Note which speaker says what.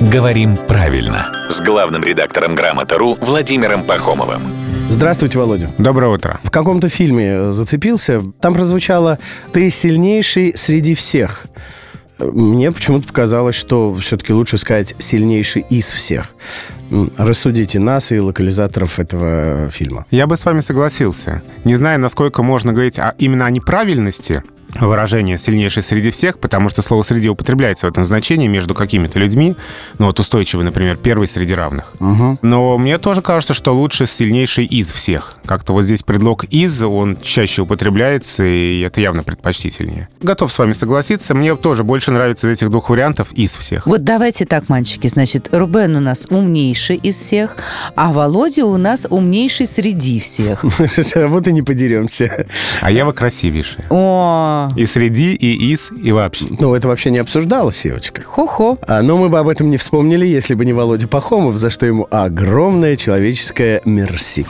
Speaker 1: «Говорим правильно» с главным редактором «Грамота.ру» Владимиром Пахомовым.
Speaker 2: Здравствуйте, Володя.
Speaker 3: Доброе утро.
Speaker 2: В каком-то фильме э, зацепился, там прозвучало «Ты сильнейший среди всех». Мне почему-то показалось, что все-таки лучше сказать «сильнейший из всех». Рассудите нас и локализаторов этого фильма.
Speaker 3: Я бы с вами согласился. Не знаю, насколько можно говорить о, именно о неправильности выражение «сильнейший среди всех», потому что слово «среди» употребляется в этом значении между какими-то людьми, ну вот устойчивый, например, первый среди равных.
Speaker 2: Угу.
Speaker 3: Но мне тоже кажется, что лучше «сильнейший из всех». Как-то вот здесь предлог «из», он чаще употребляется, и это явно предпочтительнее. Готов с вами согласиться, мне тоже больше нравится из этих двух вариантов «из всех».
Speaker 4: Вот давайте так, мальчики. Значит, Рубен у нас умнейший из всех, а Володя у нас умнейший среди всех.
Speaker 2: Вот и не подеремся.
Speaker 3: А я вы красивейший.
Speaker 4: О,
Speaker 3: И среди, и из, и вообще.
Speaker 2: Ну, это вообще не обсуждалось, Евочка.
Speaker 4: хо-хо.
Speaker 2: А, но мы бы об этом не вспомнили, если бы не Володя Пахомов, за что ему огромное человеческое мерси.